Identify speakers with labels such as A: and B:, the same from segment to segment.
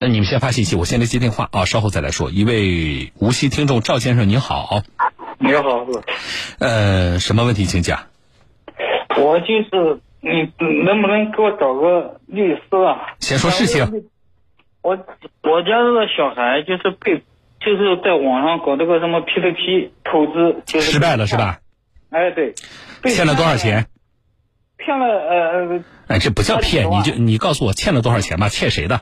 A: 那你们先发信息，我先来接电话啊，稍后再来说。一位无锡听众赵先生，您好，
B: 你好，
A: 呃，什么问题请讲？
B: 我就是你能不能给我找个律师啊？
A: 先说事情。
B: 我我家这个小孩就是被就是在网上搞这个什么 P2P 投资，就是
A: 失败了是？吧？
B: 哎，对，被
A: 欠了多少钱？
B: 骗了？骗了呃，
A: 哎，这不叫骗，你就你告诉我欠了多少钱吧，欠谁的？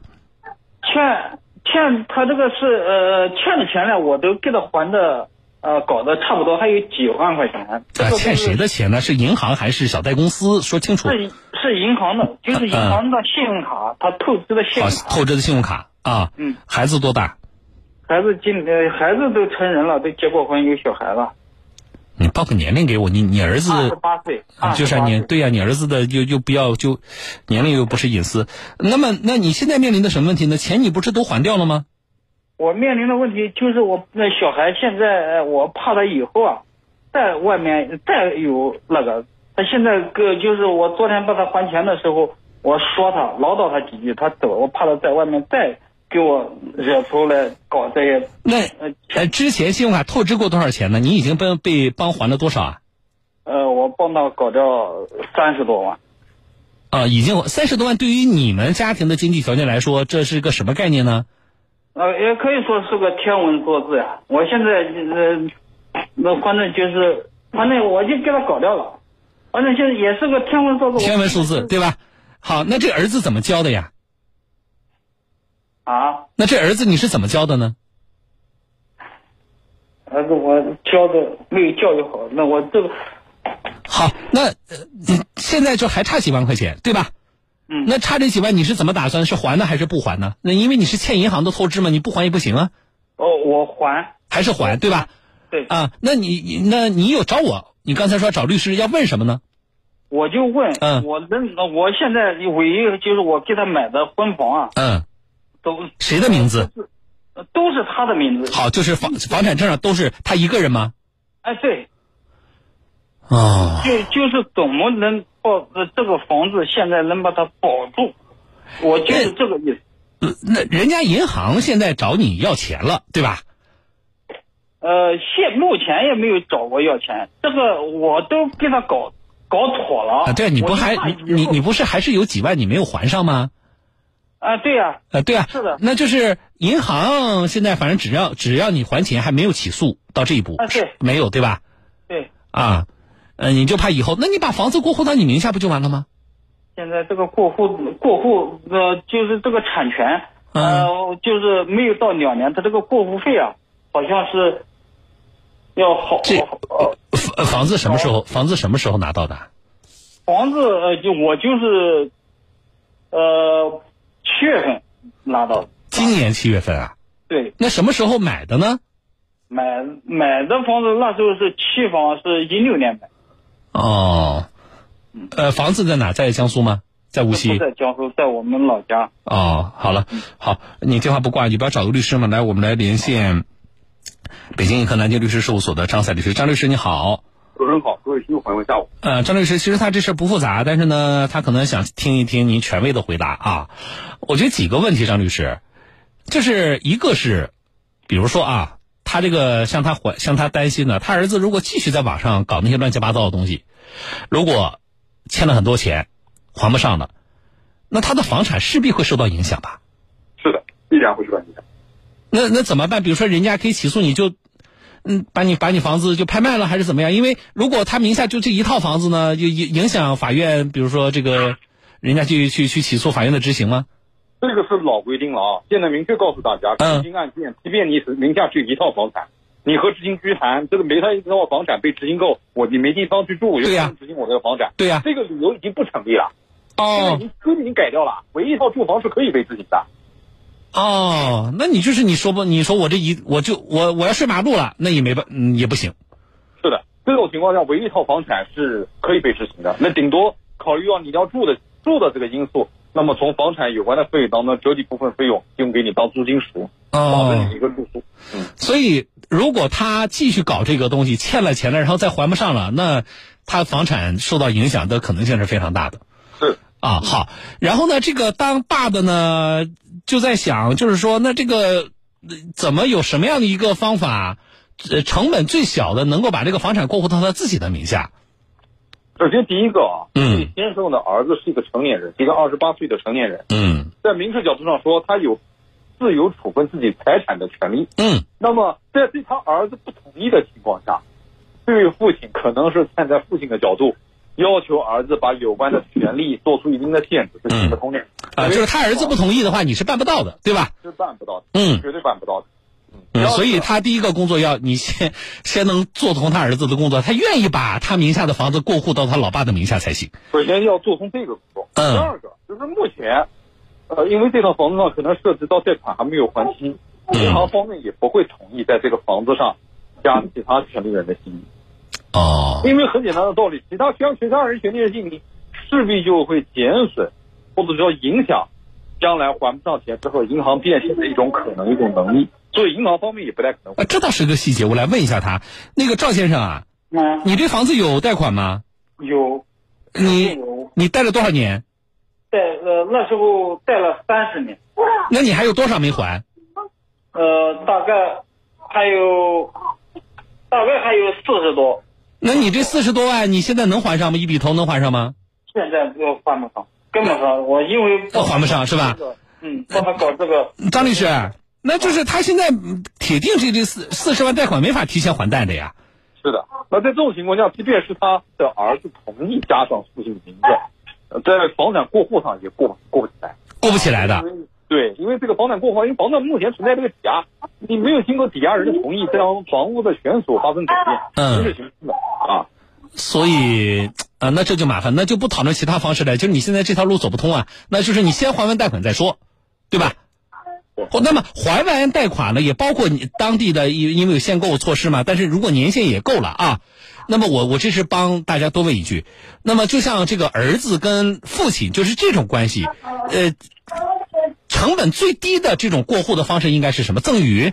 B: 欠欠他这个是呃欠的钱呢，我都给他还的，呃，搞的差不多还有几万块钱。这
A: 啊，
B: 个
A: 欠谁的钱呢？是银行还是小贷公司？说清楚。啊
B: 是是银行的，就是银行的信用卡，他透支的信
A: 啊
B: 用，卡。
A: 透支的信用卡啊。
B: 嗯。
A: 孩子多大？
B: 孩子今呃孩子都成人了，都结过婚有小孩了，
A: 你报个年龄给我，你你儿子
B: 二十八岁，
A: 啊，就是啊
B: 28
A: 你
B: 岁
A: 对呀、你儿子的又又不要就，年龄又不是隐私。那么，那你现在面临的什么问题呢？钱你不是都还掉了吗？
B: 我面临的问题就是我那小孩现在呃我怕他以后啊，在外面再有那个，他现在呃个就是我昨天帮他还钱的时候，我说他唠叨他几句，他走，我怕他在外面再给我惹出来搞这些，
A: 那
B: 呃
A: 呃，之前信用卡透支过多少钱呢？你已经被被帮还了多少啊？
B: 呃我帮他搞掉三十多万，
A: 啊，已经三十多万，对于你们家庭的经济条件来说，这是个什么概念呢？
B: 呃也可以说是个天文数字呀、我现在呃那反正就是反正我就给他搞掉了，反正现在也是个天文数字，我
A: 天文数字，对吧？好，那这儿子怎么教的呀？
B: 啊。
A: 那这儿子你是怎么教的呢？
B: 儿子，呃我教的没有教育好，那我这个，
A: 好，那呃你现在就还差几万块钱，对吧？
B: 嗯
A: 那差这几万你是怎么打算？是还呢还是不还呢？那因为你是欠银行的透支嘛，你不还也不行啊，
B: 哦，我还，
A: 还是还对吧？
B: 对，
A: 啊，那你你那你有找我？你刚才说找律师要问什么呢？
B: 我就问，
A: 嗯
B: 我能，我现在唯一就是我给他买的婚房啊，
A: 嗯，
B: 都
A: 谁的名字？
B: 都是他的名字。，
A: 好，就是房房产证上都是他一个人吗？
B: 哎，对，
A: 哦，
B: 就就是怎么能保呃这个房子现在能把它保住，我
A: 哎
B: 就是这个意思。
A: 呃那人家银行现在找你要钱了，对吧？
B: 呃，现目前也没有找过要钱，这个我都给他搞搞妥了。
A: 啊，对啊，你不
B: 哦我就
A: 还
B: 怕以
A: 你你
B: 后
A: 你不是还是有几万你没有还上吗？
B: 啊，对呀、
A: 呃，对啊，
B: 是的
A: 那就是银行现在反正只要只要你还钱，还没有起诉到这一步，
B: 啊对
A: 没有对吧？
B: 对。
A: 啊，呃，你就怕以后，那你把房子过户到你名下不就完了吗？
B: 现在这个过户过户呃，就是这个产权，呃，
A: 嗯
B: 就是没有到两年，他这个过户费啊，好像是要好
A: 这
B: 呃
A: 房呃房子什么时
B: 哦
A: 候房子什么时候拿到的？
B: 房子呃，就我就是呃七月份拿到的，
A: 今年七月份啊？
B: 对，
A: 那什么时候买的呢？
B: 买买的房子那时候是期房，是一六年买，
A: 哦，呃，房子在哪？在江苏吗？在无锡
B: 不。在江苏，在我们老家。
A: 哦，好了，好，你电话不挂，你不要找个律师吗？来，我们来连线北京银科南京律师事务所的张赛律师，张律师你好。
C: 主持人好，各位听众朋友们，下午。
A: 呃，张律师，其实他这事儿不复杂，但是呢，他可能想听一听您权威的回答啊。我觉得几个问题，张律师，就是一个是，比如说啊，他这个像他怀像他担心的，他儿子如果继续在网上搞那些乱七八糟的东西，如果欠了很多钱还不上了，那他的房产势必会受到影响吧？
C: 是的，必然会受到影响。
A: 那那怎么办？比如说，人家可以起诉你就，嗯，把你把你房子就拍卖了，还是怎么样？因为如果他名下就这一套房子呢，就影影响法院，比如说这个，人家去去去起诉法院的执行吗？
C: 这个是老规定了啊，现在明确告诉大家，
A: 嗯
C: 执行案件，即便你只名下只有一套房产，你和执行局谈，这个没他一套房产被执行够，我你没地方去住，我就
A: 对
C: 不
A: 呀
C: 能执行我这个房产。
A: 对呀、
C: 这个理由已经不成立了，现在已
A: 哦
C: 经规定已经改掉了，唯一一套住房是可以被执行的。
A: 哦，那你就是你说不，你说我这一我就我我要睡马路了，那也没办、嗯也不行。
C: 是的，这种情况下，唯一一套房产是可以被执行的。那顶多考虑到你要住的住的这个因素，那么从房产有关的费用当中折抵部分费用，提供给你当租金使用，保证
A: 哦
C: 你，一个住宿。
A: 所以如果他继续搞这个东西，欠了钱了，然后再还不上了，那他房产受到影响的可能性是非常大的。
C: 是。
A: 啊，好。然后呢，这个当爸的呢，就在想，就是说，那这个呃怎么有什么样的一个方法，呃，成本最小的能够把这个房产过户到他自己的名下？
C: 首先第一个啊，
A: 嗯
C: 这先生的儿子是一个成年人，一个二十八岁的成年人，
A: 嗯
C: 在民事角度上说，他有自由处分自己财产的权利。
A: 嗯
C: 那么在对他儿子不同意的情况下，这位父亲可能是站在父亲的角度，要求儿子把有关的权利做出一定的限制，是行不通的。
A: 啊、就是他儿子不同意的话，你是办不到的，对吧？
C: 是办不到的，
A: 嗯
C: 绝对办不到的。
A: 嗯，
C: 要
A: 所以
C: 是
A: 他第一个工作要你先先能做通他儿子的工作，他愿意把他名下的房子过户到他老爸的名下才行。
C: 首先要做通这个工作。
A: 嗯
C: 第二个就是目前，呃，因为这套房子上可能涉及到贷款还没有还清，银行方面也不会同意在这个房子上加其他权利人的姓名，
A: 哦，
C: 因为很简单的道理，其他将其他人权利人姓名势必就会减损，或者说影响将来还不上钱之后银行变现的一种可能一种能力，所以银行方面也不太可能会。
A: 啊，这倒是个细节，我来问一下他。那个赵先生啊，
B: 嗯，
A: 你这房子有贷款吗？
B: 有
A: 你
B: 有
A: 你贷了多少年？
B: 贷呃那时候贷了三十年，
A: 那你还有多少没还？
B: 呃大概还有大概还有四十多，
A: 那你这四十多万，你现在能还上吗？一笔头能还上吗？
B: 现在都还不上，根本上我因为
A: 都哦呃还不上是吧
B: 这个？嗯，帮他搞这个，
A: 张律师，那就是他现在嗯铁定是这四四十万贷款没法提前还贷的呀。
C: 是的，那在这种情况下，即便是他的儿子同意加上父亲名字，呃在房产过户上也过过不起来。
A: 过不起来的。
C: 嗯对，因为这个房产过户，因为房产目前存在这个抵押，你没有经过抵押人的同意，这样房屋的权属发生改变，
A: 嗯
C: 不是行不通的啊。
A: 所以啊、那这就麻烦，那就不讨论其他方式了，就是你现在这条路走不通啊，那就是你先还完贷款再说，对吧？或那么还完贷款呢，也包括你当地的因因为有限购措施嘛，但是如果年限也够了啊，那么我我这是帮大家多问一句，那么就像这个儿子跟父亲就是这种关系，呃，成本最低的这种过户的方式应该是什么？赠与？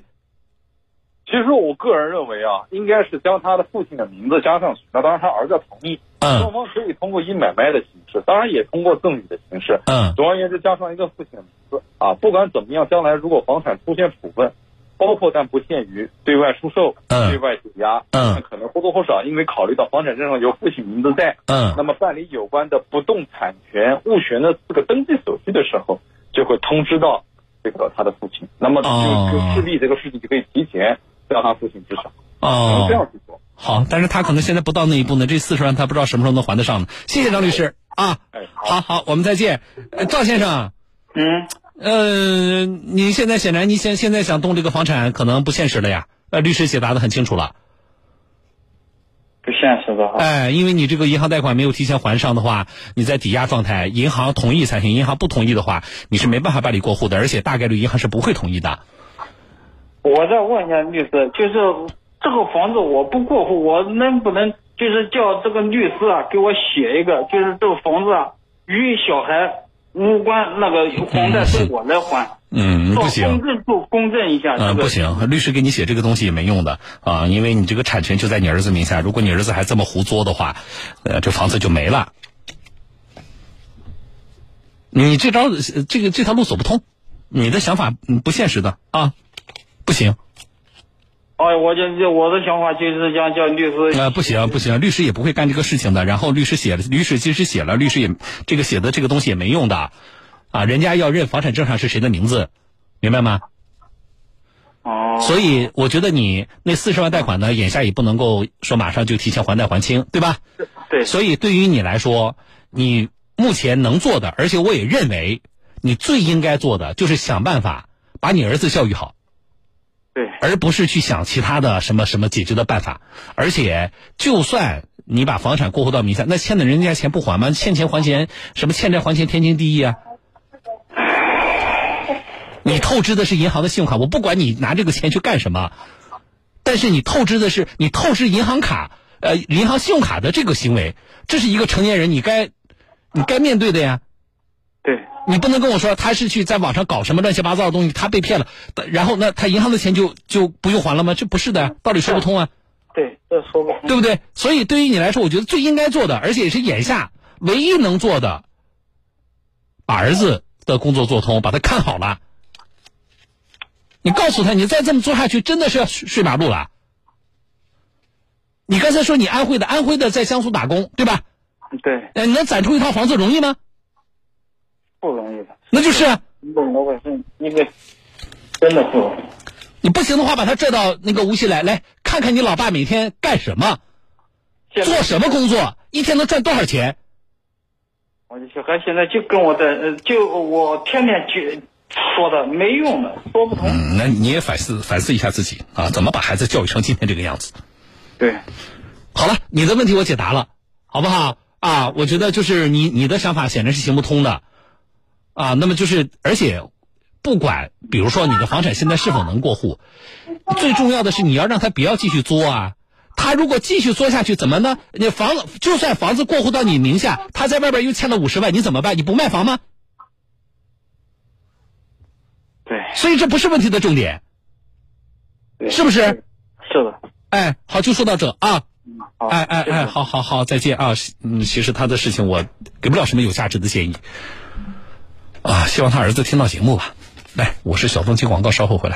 C: 其实我个人认为啊，应该是将他的父亲的名字加上去，那当然他儿子要同意，双
A: 嗯
C: 方可以通过以买卖的形式，当然也通过赠与的形式，
A: 嗯
C: 总而言之，加上一个父亲的名字啊，不管怎么样，将来如果房产出现处分，包括但不限于对外出售、
A: 嗯
C: 对外抵押，
A: 嗯
C: 那可能或多或少，因为考虑到房产证上有父亲名字在，那
A: 嗯
C: 么办理有关的不动产权物权的这个登记手续的时候，就会通知到这个他的父亲，那么就
A: 哦
C: 就势必这个事情就可以提前让他父亲知晓，只
A: 哦
C: 能这，样去做。
A: 好，但是他可能现在不到那一步呢，这四十万他不知道什么时候能还得上呢。谢谢张律师啊，
C: 哎，好，
A: 好好，我们再见。呃赵先生，
B: 嗯，
A: 呃，你现在显然你现现在想动这个房产可能不现实了呀。呃，律师解答的很清楚了，
B: 不现实吧？
A: 哎，因为你这个银行贷款没有提前还上的话，你在抵押状态，银行同意才行，银行不同意的话，你是没办法办理过户的，而且大概率银行是不会同意的。
B: 我再问一下律师，就是这个房子我不过户，我能不能就是叫这个律师啊给我写一个，就是这个房子啊与小孩无关，那个房贷是我来还，
A: 嗯，
B: 做
A: 不行
B: 公。证做公证一下这
A: 嗯，
B: 个。
A: 不行，律师给你写这个东西也没用的啊，因为你这个产权就在你儿子名下，如果你儿子还这么胡作的话，呃，这房子就没了。你这招呃这个这条路走不通，你的想法嗯不现实的啊，不行
B: 哎，我就就我的想法就是想叫律师。
A: 啊、不行不行，律师也不会干这个事情的。然后律师写了，律师即使写了，律师也这个写的这个东西也没用的啊，人家要认房产证上是谁的名字，明白吗？
B: 哦，
A: 所以我觉得你那四十万贷款呢，眼下也不能够说马上就提前还贷还清，对吧？
B: 对，
A: 所以对于你来说，你目前能做的，而且我也认为你最应该做的就是想办法把你儿子教育好，
B: 对，
A: 而不是去想其他的什么什么解决的办法。而且，就算你把房产过户到名下，那欠的人家钱不还吗？欠钱还钱，什么欠债还钱，天经地义啊！你透支的是银行的信用卡，我不管你拿这个钱去干什么，但是你透支的是你透支银行卡，呃，银行信用卡的这个行为，这是一个成年人你该你该面对的呀。
B: 对，
A: 你不能跟我说他是去在网上搞什么乱七八糟的东西，他被骗了，然后呢，他银行的钱就就不用还了吗？这不是的，道理说不通啊，
B: 对，这说不通。
A: 对不对？所以对于你来说，我觉得最应该做的，而且也是眼下唯一能做的，把儿子的工作做通，把他看好了，你告诉他，你再这么做下去，真的是要睡睡马路了。你刚才说你安徽的，安徽的在江苏打工，对吧？
B: 对，
A: 呃，你能攒出一套房子容易吗？
B: 不容易的。
A: 那就是啊
B: 你懂老百姓，因为真的不容易。
A: 你不行的话，把他拽到那个无锡来，来看看你老爸每天干什么，
B: 现在
A: 做什么工作，一天能赚多少钱。
B: 我的小孩现在就跟我在，呃就我天天去说的没用的，说不通。
A: 嗯，那你也反思反思一下自己啊，怎么把孩子教育成今天这个样子？
B: 对，
A: 好了，你的问题我解答了，好不好？啊，我觉得就是你你的想法显然是行不通的，啊，那么就是而且，不管比如说你的房产现在是否能过户，最重要的是你要让他不要继续作啊。他如果继续作下去，怎么呢？你房就算房子过户到你名下，他在外边又欠了五十万，你怎么办？你不卖房吗？
B: 对，
A: 所以这不是问题的重点，
B: 对
A: 是不是？
B: 是的。
A: 哎，好，就说到这啊。
B: 嗯好，
A: 哎哎
B: 谢谢
A: 哎，好好好，再见啊！是嗯，其实他的事情我给不了什么有价值的建议啊，希望他儿子听到节目吧。来，我是小东，接广告，稍后回来。